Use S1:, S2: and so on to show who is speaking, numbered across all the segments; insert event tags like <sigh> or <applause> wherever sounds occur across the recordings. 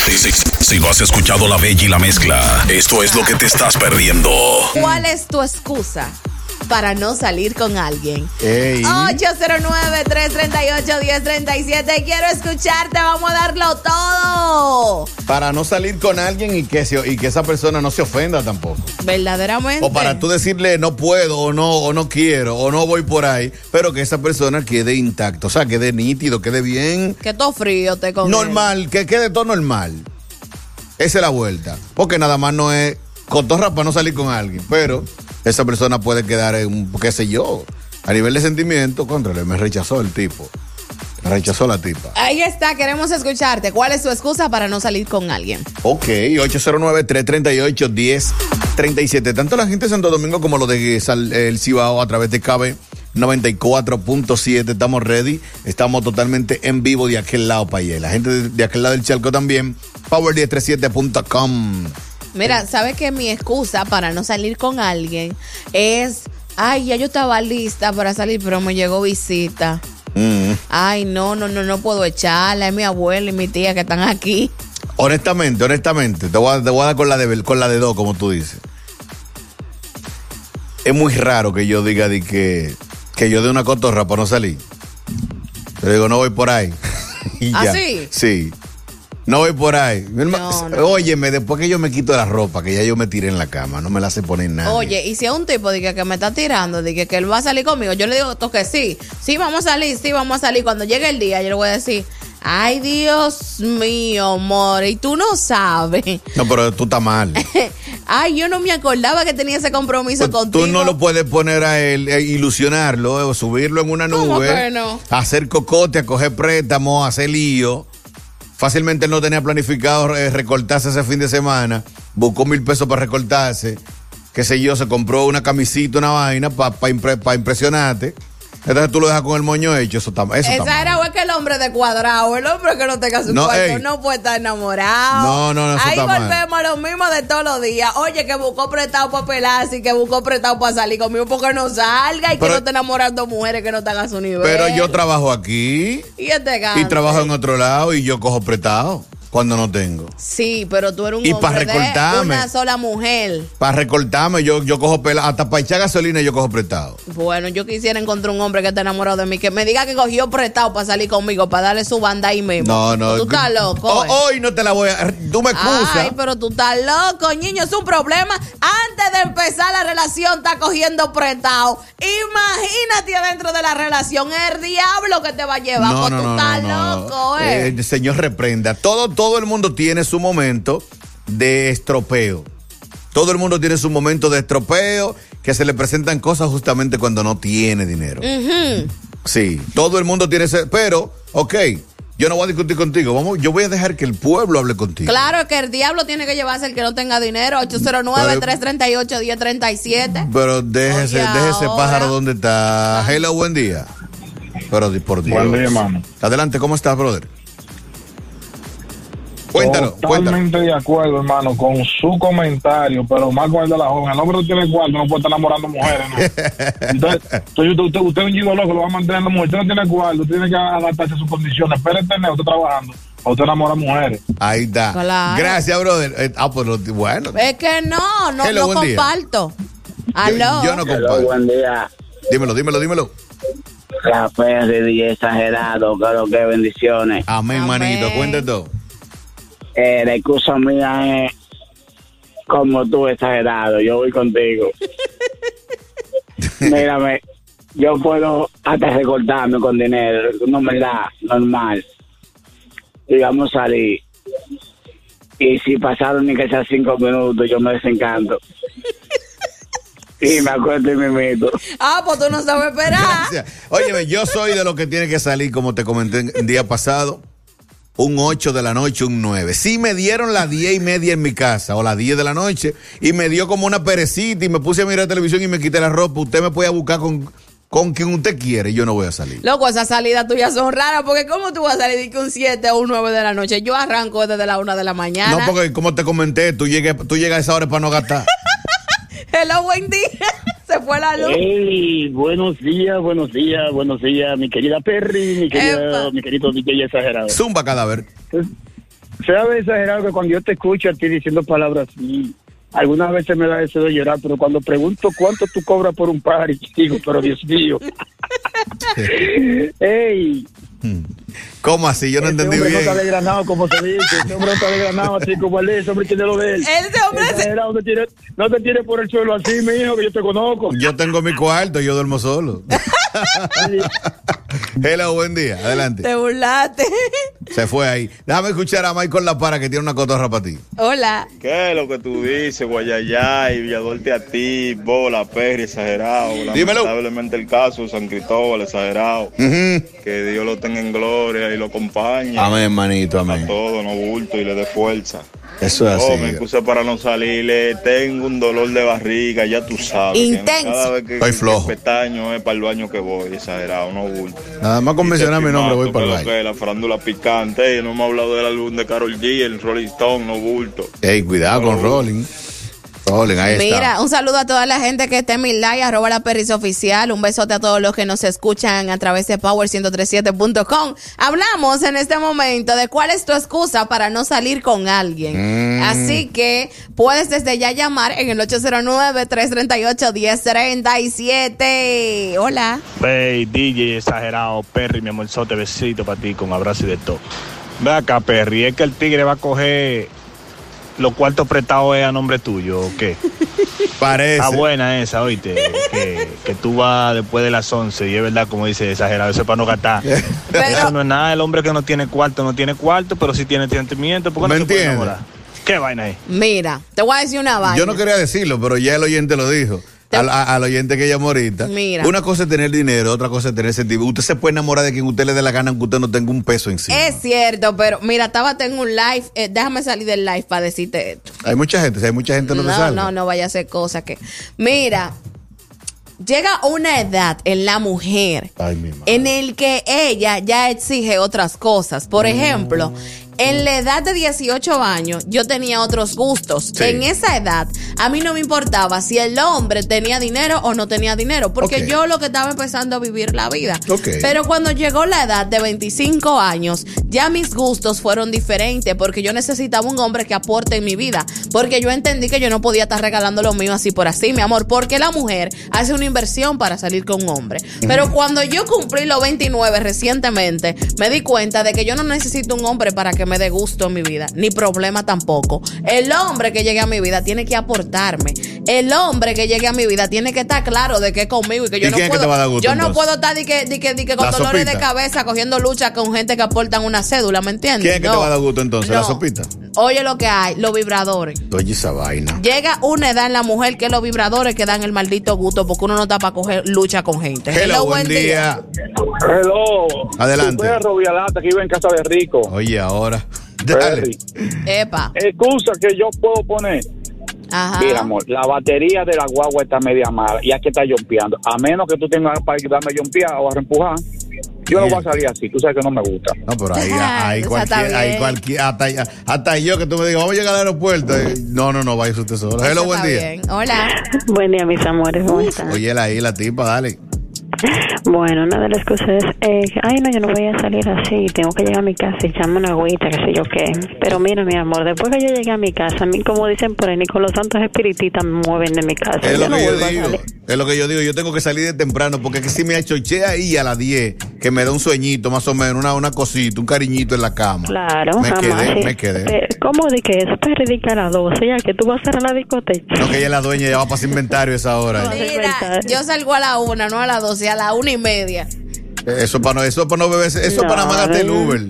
S1: Si, si, si no has escuchado La Bella y la Mezcla, esto es lo que te estás perdiendo.
S2: ¿Cuál es tu excusa? Para no salir con alguien.
S3: Ey.
S2: 809-338-1037. Quiero escucharte. Vamos a darlo todo.
S4: Para no salir con alguien y que, se- y que esa persona no se ofenda tampoco.
S2: Verdaderamente.
S4: O para tú decirle no puedo o no, o no quiero o no voy por ahí, pero que esa persona quede intacto, o sea, quede nítido, quede bien
S2: Que todo frío te con él.
S4: normal, que quede todo normal. Esa es la vuelta. Porque nada más no es cotorra para no salir con alguien, pero esa persona puede quedar en, un- qué sé yo, a nivel de sentimiento, contra me rechazó el tipo. Me rechazó la tipa.
S2: Ahí está. Queremos escucharte. ¿Cuál es tu excusa para no salir con alguien?
S4: Ok, 809-338-1037. Tanto la gente de Santo Domingo como lo de Sal- El Cibao a través de KB 94.7. Estamos ready. Estamos totalmente en vivo de aquel lado para allá. La gente de, de aquel lado del charco también. Power1037.com.
S2: Mira, ¿sabes que mi excusa para no salir con alguien es, ay, ya yo estaba lista para salir, pero me llegó visita.
S4: Mm.
S2: Ay, no, no, no, no puedo echarla. Es mi abuela y mi tía que están aquí.
S4: Honestamente, honestamente. Te voy a, te voy a dar con la, de, Bel- con la de dos, como tú dices. Es muy raro que yo diga de que, que yo dé una cotorra para no salir. Pero digo, no voy por ahí. <laughs> Y
S2: ¿Ah,
S4: ya.
S2: sí?
S4: Sí. No voy por ahí. Mi herma-
S2: No, no.
S4: Óyeme, después que yo me quito la ropa, que ya yo me tiré en la cama, no me la hace poner nada.
S2: Oye, y si es un tipo de que, que me está tirando, de que, que él va a salir conmigo, yo le digo to que sí, sí vamos a salir, sí vamos a salir. Cuando llegue el día, yo le voy a decir, ay Dios mío, amor, y tú no sabes. <laughs>
S4: No, pero tú estás mal.
S2: Ay, yo no me acordaba que tenía ese compromiso
S4: Pues
S2: contigo.
S4: Tú no lo puedes poner a él, eh, ilusionarlo, eh, o subirlo en una nube.
S2: ¿Cómo que no?
S4: Hacer cocote, a coger préstamos, hacer lío. Fácilmente él no tenía planificado eh, recortarse ese fin de semana. Buscó mil pesos para recortarse. Qué sé yo, se compró una camisita, una vaina para impresionarte. Entonces tú lo dejas con el moño hecho. Eso está, eso está
S2: Esa
S4: mal.
S2: era o es que el hombre de cuadrado, el hombre que no tenga su
S4: No,
S2: cuarto,
S4: ey.
S2: no puede estar enamorado.
S4: No, no, no, eso
S2: Ahí
S4: está mal.
S2: volvemos a lo mismo de todos los días. Oye, que buscó prestado para pelarse y que buscó prestado para salir conmigo porque no salga y
S4: Pero-
S2: que no esté enamorando mujeres que no están a su nivel.
S4: Pero yo trabajo aquí
S2: Y este gato.
S4: y trabajo en otro lado y yo cojo prestado cuando no tengo.
S2: Sí, pero tú eres un
S4: Y pa'
S2: hombre de
S4: recortarme.
S2: una sola mujer.
S4: Para recortarme, yo, yo cojo pela, hasta para echar gasolina yo cojo prestado.
S2: Bueno, yo quisiera encontrar un hombre que esté enamorado de mí, que me diga que cogió prestado para salir conmigo, para darle su banda ahí mismo.
S4: No, no.
S2: Tú estás loco.
S4: Oh,
S2: eh.
S4: hoy no te la voy a. Tú me excusas.
S2: Ay, pero tú estás loco, niño. Es un problema. Antes de empezar la relación, está cogiendo prestado. Imagínate adentro de la relación el diablo que te va a llevar.
S4: no,
S2: pues
S4: no,
S2: tú
S4: no,
S2: estás
S4: no, no.
S2: loco, ¿eh?
S4: Eh, señor, reprenda. Todo, todo el mundo tiene su momento de estropeo. Todo el mundo tiene su momento de estropeo que se le presentan cosas justamente cuando no tiene dinero. Sí, todo el mundo tiene ese. Pero, ok, yo no voy a discutir contigo. Vamos, yo voy a dejar que el pueblo hable contigo.
S2: Claro que el diablo tiene que llevarse el que no tenga dinero. 809-338-1037.
S4: Pero déjese,
S2: Oye,
S4: déjese
S2: ahora.
S4: pájaro donde está. Hello, buen día. Pero di- por Dios.
S5: Buen día, mano.
S4: Adelante, ¿cómo estás, brother? Cuéntalo, cuéntalo.
S5: Totalmente de acuerdo, hermano, con su comentario, pero más con el de la joven. El hombre no tiene cuarto, no puede estar enamorando mujeres,
S4: <laughs>
S5: ¿no? Entonces, entonces usted, usted, usted es un gigolo que lo va a mantener la mujer. Usted no tiene cuarto, usted tiene que adaptarse a sus condiciones. Espérate, usted trabajando, a usted enamora mujeres.
S4: Ahí está.
S2: Claro.
S4: Gracias, brother. Eh, Ah, pues lo- bueno.
S2: Es que no, no,
S4: Hello,
S2: no
S4: buen día.
S2: comparto.
S4: Yo,
S2: Aló.
S4: yo no comparto.
S5: buen día.
S4: Dímelo, dímelo, dímelo.
S5: Café de exagerado, claro que bendiciones.
S4: Amén,
S2: Amén.
S4: manito. Cuéntalo.
S6: Eh, la excusa mía es como tú
S4: <laughs>
S6: exagerado, yo voy contigo. Mírame, yo puedo hasta recortarme con dinero, no me da normal. Digamos salir. Y si pasaron ni que sea cinco minutos, yo me desencanto. Y me acuerdo y me meto.
S2: Ah, pues tú no sabes esperar.
S4: Óyeme, yo soy de los que tiene que salir, como te comenté el día pasado, un 8 de la noche, un 9. Si me dieron las 10 y media en mi casa, o las 10 de la noche, y me dio como una perecita y me puse a mirar televisión y me quité la ropa, usted me puede buscar con, con quien usted quiere y yo no voy a salir.
S2: Loco, esas salidas tuyas son raras, porque ¿cómo tú vas a salir de que un 7 o un 9 de la noche? Yo arranco desde la 1 de la mañana.
S4: No, porque como te comenté, tú llegas, tú llegas a esa hora para no gastar.
S2: Hello, buen día. <laughs> Se fue la luz.
S7: Hey, buenos días, buenos días, buenos días, mi querida Perry, mi querido, mi querido DJ exagerado.
S4: Zumba cadáver.
S7: Sabes exagerado que cuando yo te escucho a ti diciendo palabras así, algunas veces me da deseo de llorar, pero cuando pregunto cuánto tú cobras por un party, digo, pero
S4: <laughs>
S7: Dios mío. Ey,
S4: ¿Cómo así? Yo no
S7: este
S4: entendí
S7: hombre no
S4: bien.
S7: está desgranado, como se dice. Este hombre no está desgranado, así como él es. Ese hombre tiene lo de él.
S2: Ese
S7: hombre no, te tire, no te tire por el suelo así, mi hijo, que yo te conozco.
S4: Yo tengo mi cuarto, yo duermo
S7: <laughs>
S4: solo. <laughs> Hello, buen día. Adelante.
S2: Te burlaste. <laughs>
S4: Se fue ahí. Déjame escuchar a Michael La Para que tiene una cotorra para ti.
S2: Hola.
S8: ¿Qué es lo que tú dices, Guayayay, Villadorte a ti, Bola, Perry, exagerado?
S4: Dímelo.
S8: Lamentablemente el caso, San Cristóbal, exagerado. Que Dios lo tenga en gloria y lo acompañe.
S4: Amén, manito, amén.
S8: A
S7: Oh,
S8: todo, no bulto y le dé fuerza.
S4: Eso es
S8: Oh, me
S4: así.
S8: excusa para no salir, le tengo un dolor de barriga, ya tú sabes. que
S4: Intenso.
S8: Cada vez que,
S4: Estoy flojo.
S8: que pestaño es para el baño que voy, exagerado, no bulto.
S4: Nada más con mencionar mi nombre voy
S8: Mato,
S4: para
S8: que
S4: el
S8: lo
S4: baile.
S8: que es, La farándula picante, y no hemos hablado del álbum de Carol G, el Rolling Stone, no bulto.
S4: Ey, cuidado con Rolling. Rolling, ahí está.
S2: Mira, un saludo a toda la gente que está en mi like, arroba la perris oficial. Un besote a todos los que nos escuchan a través de power1037.com. Hablamos en este momento de cuál es tu excusa para no salir con alguien.
S9: Mm.
S2: Así que puedes desde ya llamar en el 809-338-1037. Hola.
S10: Hey, DJ exagerado, Perry, mi amorzote, besito para ti, con abrazo y de todo. Ve acá, Perry, es que el tigre va a coger los cuartos prestados es a nombre tuyo, ¿o qué?
S4: Parece.
S10: Está Ah, buena esa, oíste, que, que tú vas después de las 11, y es verdad, como dice exagerado, eso es para no
S4: <laughs>
S10: gastar.
S7: <laughs>
S10: Eso no es nada, el hombre que no tiene cuarto, no tiene cuarto, pero sí tiene sentimiento, ¿por qué no se puede enamorar? ¿Qué vaina es?
S2: Mira, te voy a decir una vaina.
S4: Yo no quería decirlo, pero ya el oyente lo dijo. Al, a- al oyente que llamó ahorita.
S2: Mira.
S4: Una cosa es tener dinero, otra cosa es tener sentimiento. Usted se puede enamorar de quien usted le dé la gana, aunque usted no tenga un peso encima.
S2: Es cierto, pero mira, estaba en un live. eh, déjame salir del live para decirte esto.
S4: Hay mucha gente, si hay mucha gente no, te
S2: No,
S4: salva.
S2: no, no vaya a ser cosa que. Mira, llega una edad en la mujer
S4: Ay, mi
S2: en el que ella ya exige otras cosas. Por ejemplo, en la edad de 18 años yo tenía otros gustos.
S9: Sí.
S2: En esa edad a mí no me importaba si el hombre tenía dinero o no tenía dinero, porque
S9: Ok.
S2: yo lo que estaba empezando a vivir la vida.
S9: Ok.
S2: Pero cuando llegó la edad de 25 años, ya mis gustos fueron diferentes porque yo necesitaba un hombre que aporte en mi vida, porque yo entendí que yo no podía estar regalando lo mío así por así, mi amor, porque la mujer hace una inversión para salir con un hombre. Pero cuando yo cumplí los 29 recientemente, me di cuenta de que yo no necesito un hombre para que me dé gusto en mi vida, ni problema tampoco. El hombre que llegue a mi vida tiene que aportarme. El hombre que llegue a mi vida tiene que estar claro de que es conmigo y que yo
S4: ¿Y
S2: no
S4: quién es que
S2: puedo
S4: te va a dar gusto,
S2: yo no
S4: entonces?
S2: puedo estar di que, di que, di que con
S4: La
S2: dolores de
S4: sopita.
S2: cabeza cogiendo lucha con gente que aportan una cédula, ¿me entiendes?
S4: ¿Quién es que
S2: No.
S4: te va a dar gusto entonces? ¿La
S2: No.
S4: sopita?
S2: Oye lo que hay, los vibradores.
S4: Oye, esa vaina.
S2: Llega una edad en la mujer que los vibradores que dan el maldito gusto porque uno no está para coger lucha con gente.
S4: Hello, buen día.
S7: Hello.
S4: Adelante.
S7: Tu perro Vialata, que vive en Casa de Rico.
S4: Oye, ahora.
S7: Perry.
S2: Epa.
S7: Excusa que yo puedo poner.
S2: Ajá.
S7: Mira, amor, la batería de la guagua está media mala y aquí está yompeando. A menos que tú tengas para darme yompear o a reempujar, yo no voy a salir así. Tú sabes que no me gusta.
S4: No, pero
S7: <laughs>
S4: ahí, ahí
S7: Esa
S4: cualquier,
S7: está
S4: ahí
S7: bien.
S4: cualquier, hasta, hasta yo que tú me digas, vamos a llegar al aeropuerto. Eh, No, no, no, vaya usted solo. Hello, buen día.
S2: Hola.
S11: Buen día, mis amores. ¿Cómo están?
S4: Oye, la ahí, la tipa, dale.
S9: Bueno, una de las cosas es, eh, ay no, yo no voy a salir así, tengo que llegar a mi casa y echarme una agüita, qué sé yo qué. Pero mira, mi amor, después que yo llegué a mi casa, a mí como dicen por ahí, ni con los santos espirititas me mueven de mi casa.
S4: Es lo
S9: no
S4: que yo
S9: vuelvo a
S4: digo.
S9: salir.
S4: Es lo que yo digo. Yo tengo que salir de temprano porque es que si me achoché ahí a las 10, que me da un sueñito más o menos, una, una cosita, un cariñito en la cama.
S9: Claro,
S4: Me
S9: jamás.
S4: quedé,
S9: sí.
S4: me quedé.
S9: Pero, ¿Cómo de que eso? Te dedica a las 12, ya que tú vas a cerrar la discoteca.
S4: No, que ella es la dueña, ya va a pasar inventario a esa hora.
S2: Mira, yo salgo a la una, no a las doce, a la una y media.
S4: Eso para no, eso para no beberse, eso
S9: No,
S4: para nada más gastar el
S9: no.
S4: Uber.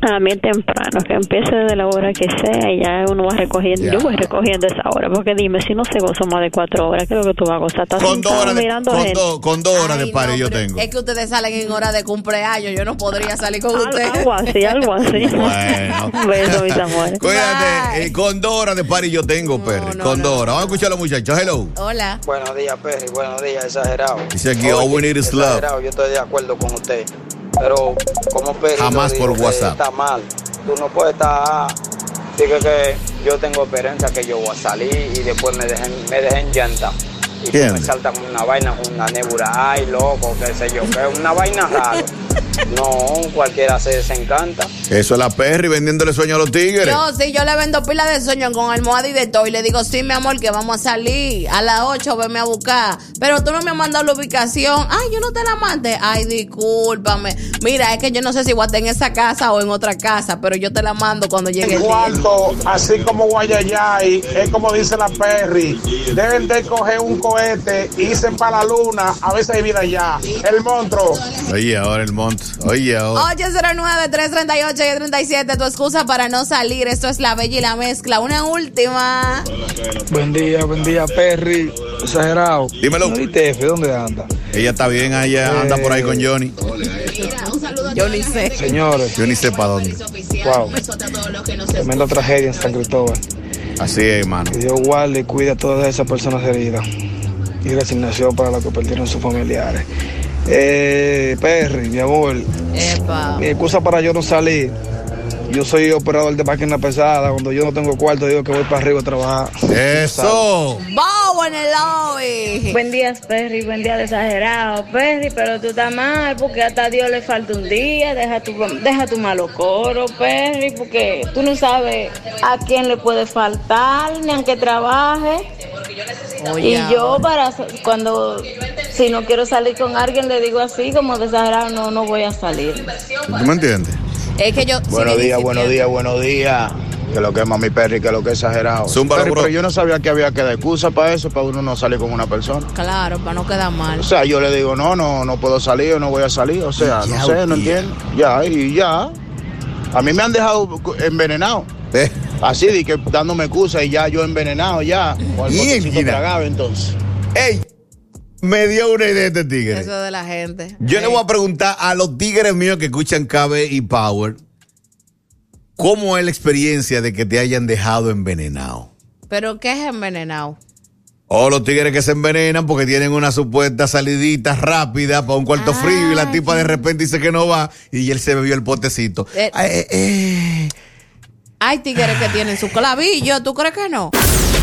S9: A mí temprano, que empiece desde la hora que sea, y ya uno va recogiendo.
S4: Ya.
S9: Yo voy recogiendo esa hora, porque dime, si no se goza más de cuatro horas, ¿qué es lo que tú vas a gozar? Estás
S4: Con dos
S9: sentado
S4: horas de,
S9: mirando
S4: con
S9: gente.
S4: dos- con dos horas de party yo tengo. Ah,
S2: Es que ustedes salen en hora de cumpleaños, yo no podría salir con ustedes.
S9: Algo así, algo así.
S4: Bueno.
S9: <laughs> Beso,
S4: <laughs>
S9: mis amores.
S4: Cuídate, eh, con dos horas de party yo tengo, Perry. con dos horas. Vamos a escuchar a los muchachos. Hello.
S2: Hola.
S7: Buenos días, Perry. Buenos días, exagerado.
S4: Dice aquí, all we need is love.
S7: Exagerado, yo estoy de acuerdo con usted. Pero, como Perry. lo
S4: Jamás
S7: dijo,
S4: por
S7: que
S4: WhatsApp.
S7: Está mal. Tú no puedes estar. Dije que yo tengo esperanza que yo voy a salir y después me dejen, me dejen llanta. Y tú
S4: ¿Quién?
S7: me saltan con una vaina, con una nebula. Ay, loco, qué sé yo. Que es una vaina rara. No, cualquiera se desencanta.
S4: Eso es la Perry vendiéndole sueño a los tigres.
S2: Yo, sí, yo le vendo pila de sueño con almohada y de todo. Y le digo, sí, mi amor, que vamos a salir a las 8, venme a buscar. Pero tú no me has mandado la ubicación. Ay, yo no te la mandé. Ay, discúlpame. Mira, es que yo no sé si voy a estar en esa casa o en otra casa, pero yo te la mando cuando llegue el día.
S12: cuarto, así como Guayayay, es como dice la Perry, deben de coger un cohete, irse para la luna, a veces hay vida allá. El monstruo.
S4: Oye, ahora el monte. Oye, ahora.
S2: 809-338-37, tu excusa para no salir. Esto es la bella y la mezcla. Una última.
S12: Buen día, buen día, Perry. Exagerado.
S4: Dímelo.
S12: ¿Dónde anda?
S4: Ella está bien allá, anda por ahí con Johnny.
S2: Yo ni sé.
S12: Señores.
S4: Yo ni sé para dónde.
S12: Wow. Tremenda tragedia en San Cristóbal.
S4: Así es, hermano.
S12: Que Dios guarde y cuida a todas esas personas heridas. Y resignación para los que perdieron sus familiares. Eh, Perry, mi amor. Mi excusa para yo no salir. Yo soy operador de máquina pesada. Cuando yo no tengo cuarto, digo que voy para arriba a trabajar.
S4: ¡Eso!
S2: Bow en el lobby.
S13: Buen día, Perry. Buen día, exagerado. Perry, pero tú estás mal porque hasta a Dios le falta un día. Deja tu, deja tu malo coro, Perry, porque tú no sabes a quién le puede faltar, ni aunque trabaje.
S2: Oye,
S13: y yo para cuando si no quiero salir con alguien le digo así como de exagerado no no voy a salir.
S4: ¿Tú me entiendes?
S2: Es que yo.
S7: Buenos días, buenos días, buenos días. Que lo que es mami Perry, que lo que es exagerado.
S4: Zúmbalo,
S7: Perry,
S4: bro.
S7: pero yo no sabía que había que dar excusa para eso, para uno no salir con una persona.
S2: Claro, para no quedar mal.
S7: O sea, yo le digo, no, no, no puedo salir o no voy a salir. O sea, no sé, no entiendo. Ya, y ya. A mí me han dejado envenenado.
S4: Eh,
S7: Así, de que dándome excusa y ya yo envenenado, ya. Con el
S4: Bien,
S7: motorcito
S4: Gina.
S7: tragado, entonces.
S4: ¡Ey! Me dio una idea este tigre.
S2: Eso de la gente.
S4: Yo le voy a preguntar a los tigres míos que escuchan KB y Power, ¿cómo es la experiencia de que te hayan dejado envenenado?
S2: Pero ¿qué es envenenado?
S4: O los tigres que se envenenan porque tienen una supuesta salidita rápida para un cuarto frío y la tipa de repente dice que no va y él se bebió el potecito. Ah, eh.
S2: Eh, Hay tigres que tienen su clavillo, ¿tú crees que no?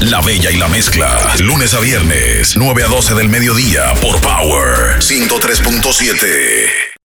S1: La Bella y la Mezcla. Lunes a viernes, 9 a 12 del mediodía por Power 103.7.